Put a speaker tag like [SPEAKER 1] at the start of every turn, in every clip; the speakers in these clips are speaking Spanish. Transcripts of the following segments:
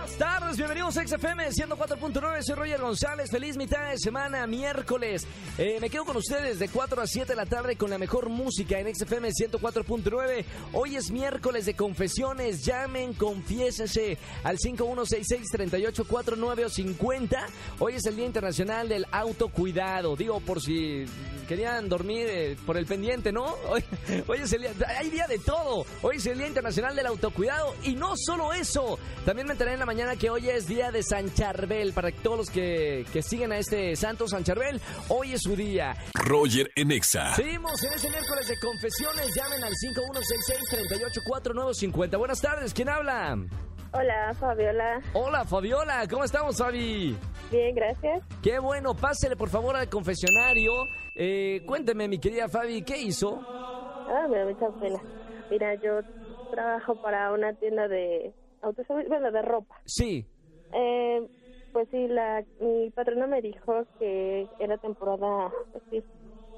[SPEAKER 1] Buenas tardes, bienvenidos a XFM 104.9, soy Roger González, feliz mitad de semana, miércoles. Eh, me quedo con ustedes de 4 a 7 de la tarde con la mejor música en XFM 104.9. Hoy es miércoles de confesiones, llamen, confiésense al 5166-3849 o 50. Hoy es el Día Internacional del Autocuidado, digo por si querían dormir eh, por el pendiente, ¿no? Hoy, hoy es el día, hay día de todo, hoy es el Día Internacional del Autocuidado y no solo eso, también me enteré en la mañana mañana que hoy es día de San Charbel. Para todos los que, que siguen a este santo San Charbel, hoy es su día.
[SPEAKER 2] Roger en EXA.
[SPEAKER 1] Seguimos en este miércoles de confesiones. Llamen al 5166-384950. Buenas tardes, ¿quién habla?
[SPEAKER 3] Hola, Fabiola.
[SPEAKER 1] Hola, Fabiola. ¿Cómo estamos, Fabi?
[SPEAKER 3] Bien, gracias.
[SPEAKER 1] Qué bueno. Pásele, por favor, al confesionario. Eh, cuénteme, mi querida Fabi, ¿qué hizo?
[SPEAKER 3] Ah, me da mucha pena. Mira, yo trabajo para una tienda de autoservicio, bueno, de ropa.
[SPEAKER 1] Sí.
[SPEAKER 3] Eh, pues sí, la, mi patrona me dijo que era temporada pues sí,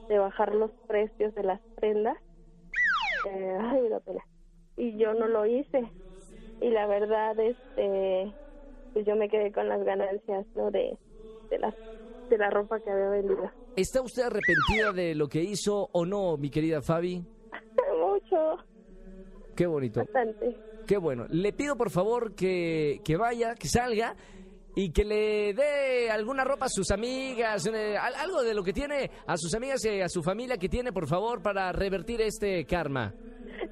[SPEAKER 3] de bajar los precios de las prendas. Eh, ay, me da pena. Y yo no lo hice. Y la verdad, este, pues yo me quedé con las ganancias, ¿no? De, de, las, de la ropa que había vendido.
[SPEAKER 1] ¿Está usted arrepentida de lo que hizo o no, mi querida Fabi?
[SPEAKER 3] Mucho,
[SPEAKER 1] Qué bonito.
[SPEAKER 3] bastante.
[SPEAKER 1] Qué bueno. Le pido por favor que, que vaya, que salga y que le dé alguna ropa a sus amigas, eh, al- algo de lo que tiene a sus amigas y a su familia que tiene, por favor, para revertir este karma.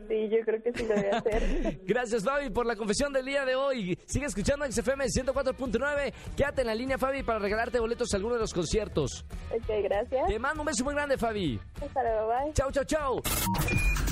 [SPEAKER 3] Sí, yo creo que sí lo voy a hacer.
[SPEAKER 1] Gracias, Fabi, por la confesión del día de hoy. Sigue escuchando XFM 104.9. Quédate en la línea, Fabi, para regalarte boletos a alguno de los conciertos.
[SPEAKER 3] ok, gracias.
[SPEAKER 1] Te mando un beso muy grande, Fabi.
[SPEAKER 3] Hasta luego, bye.
[SPEAKER 1] Chau, chau, chau.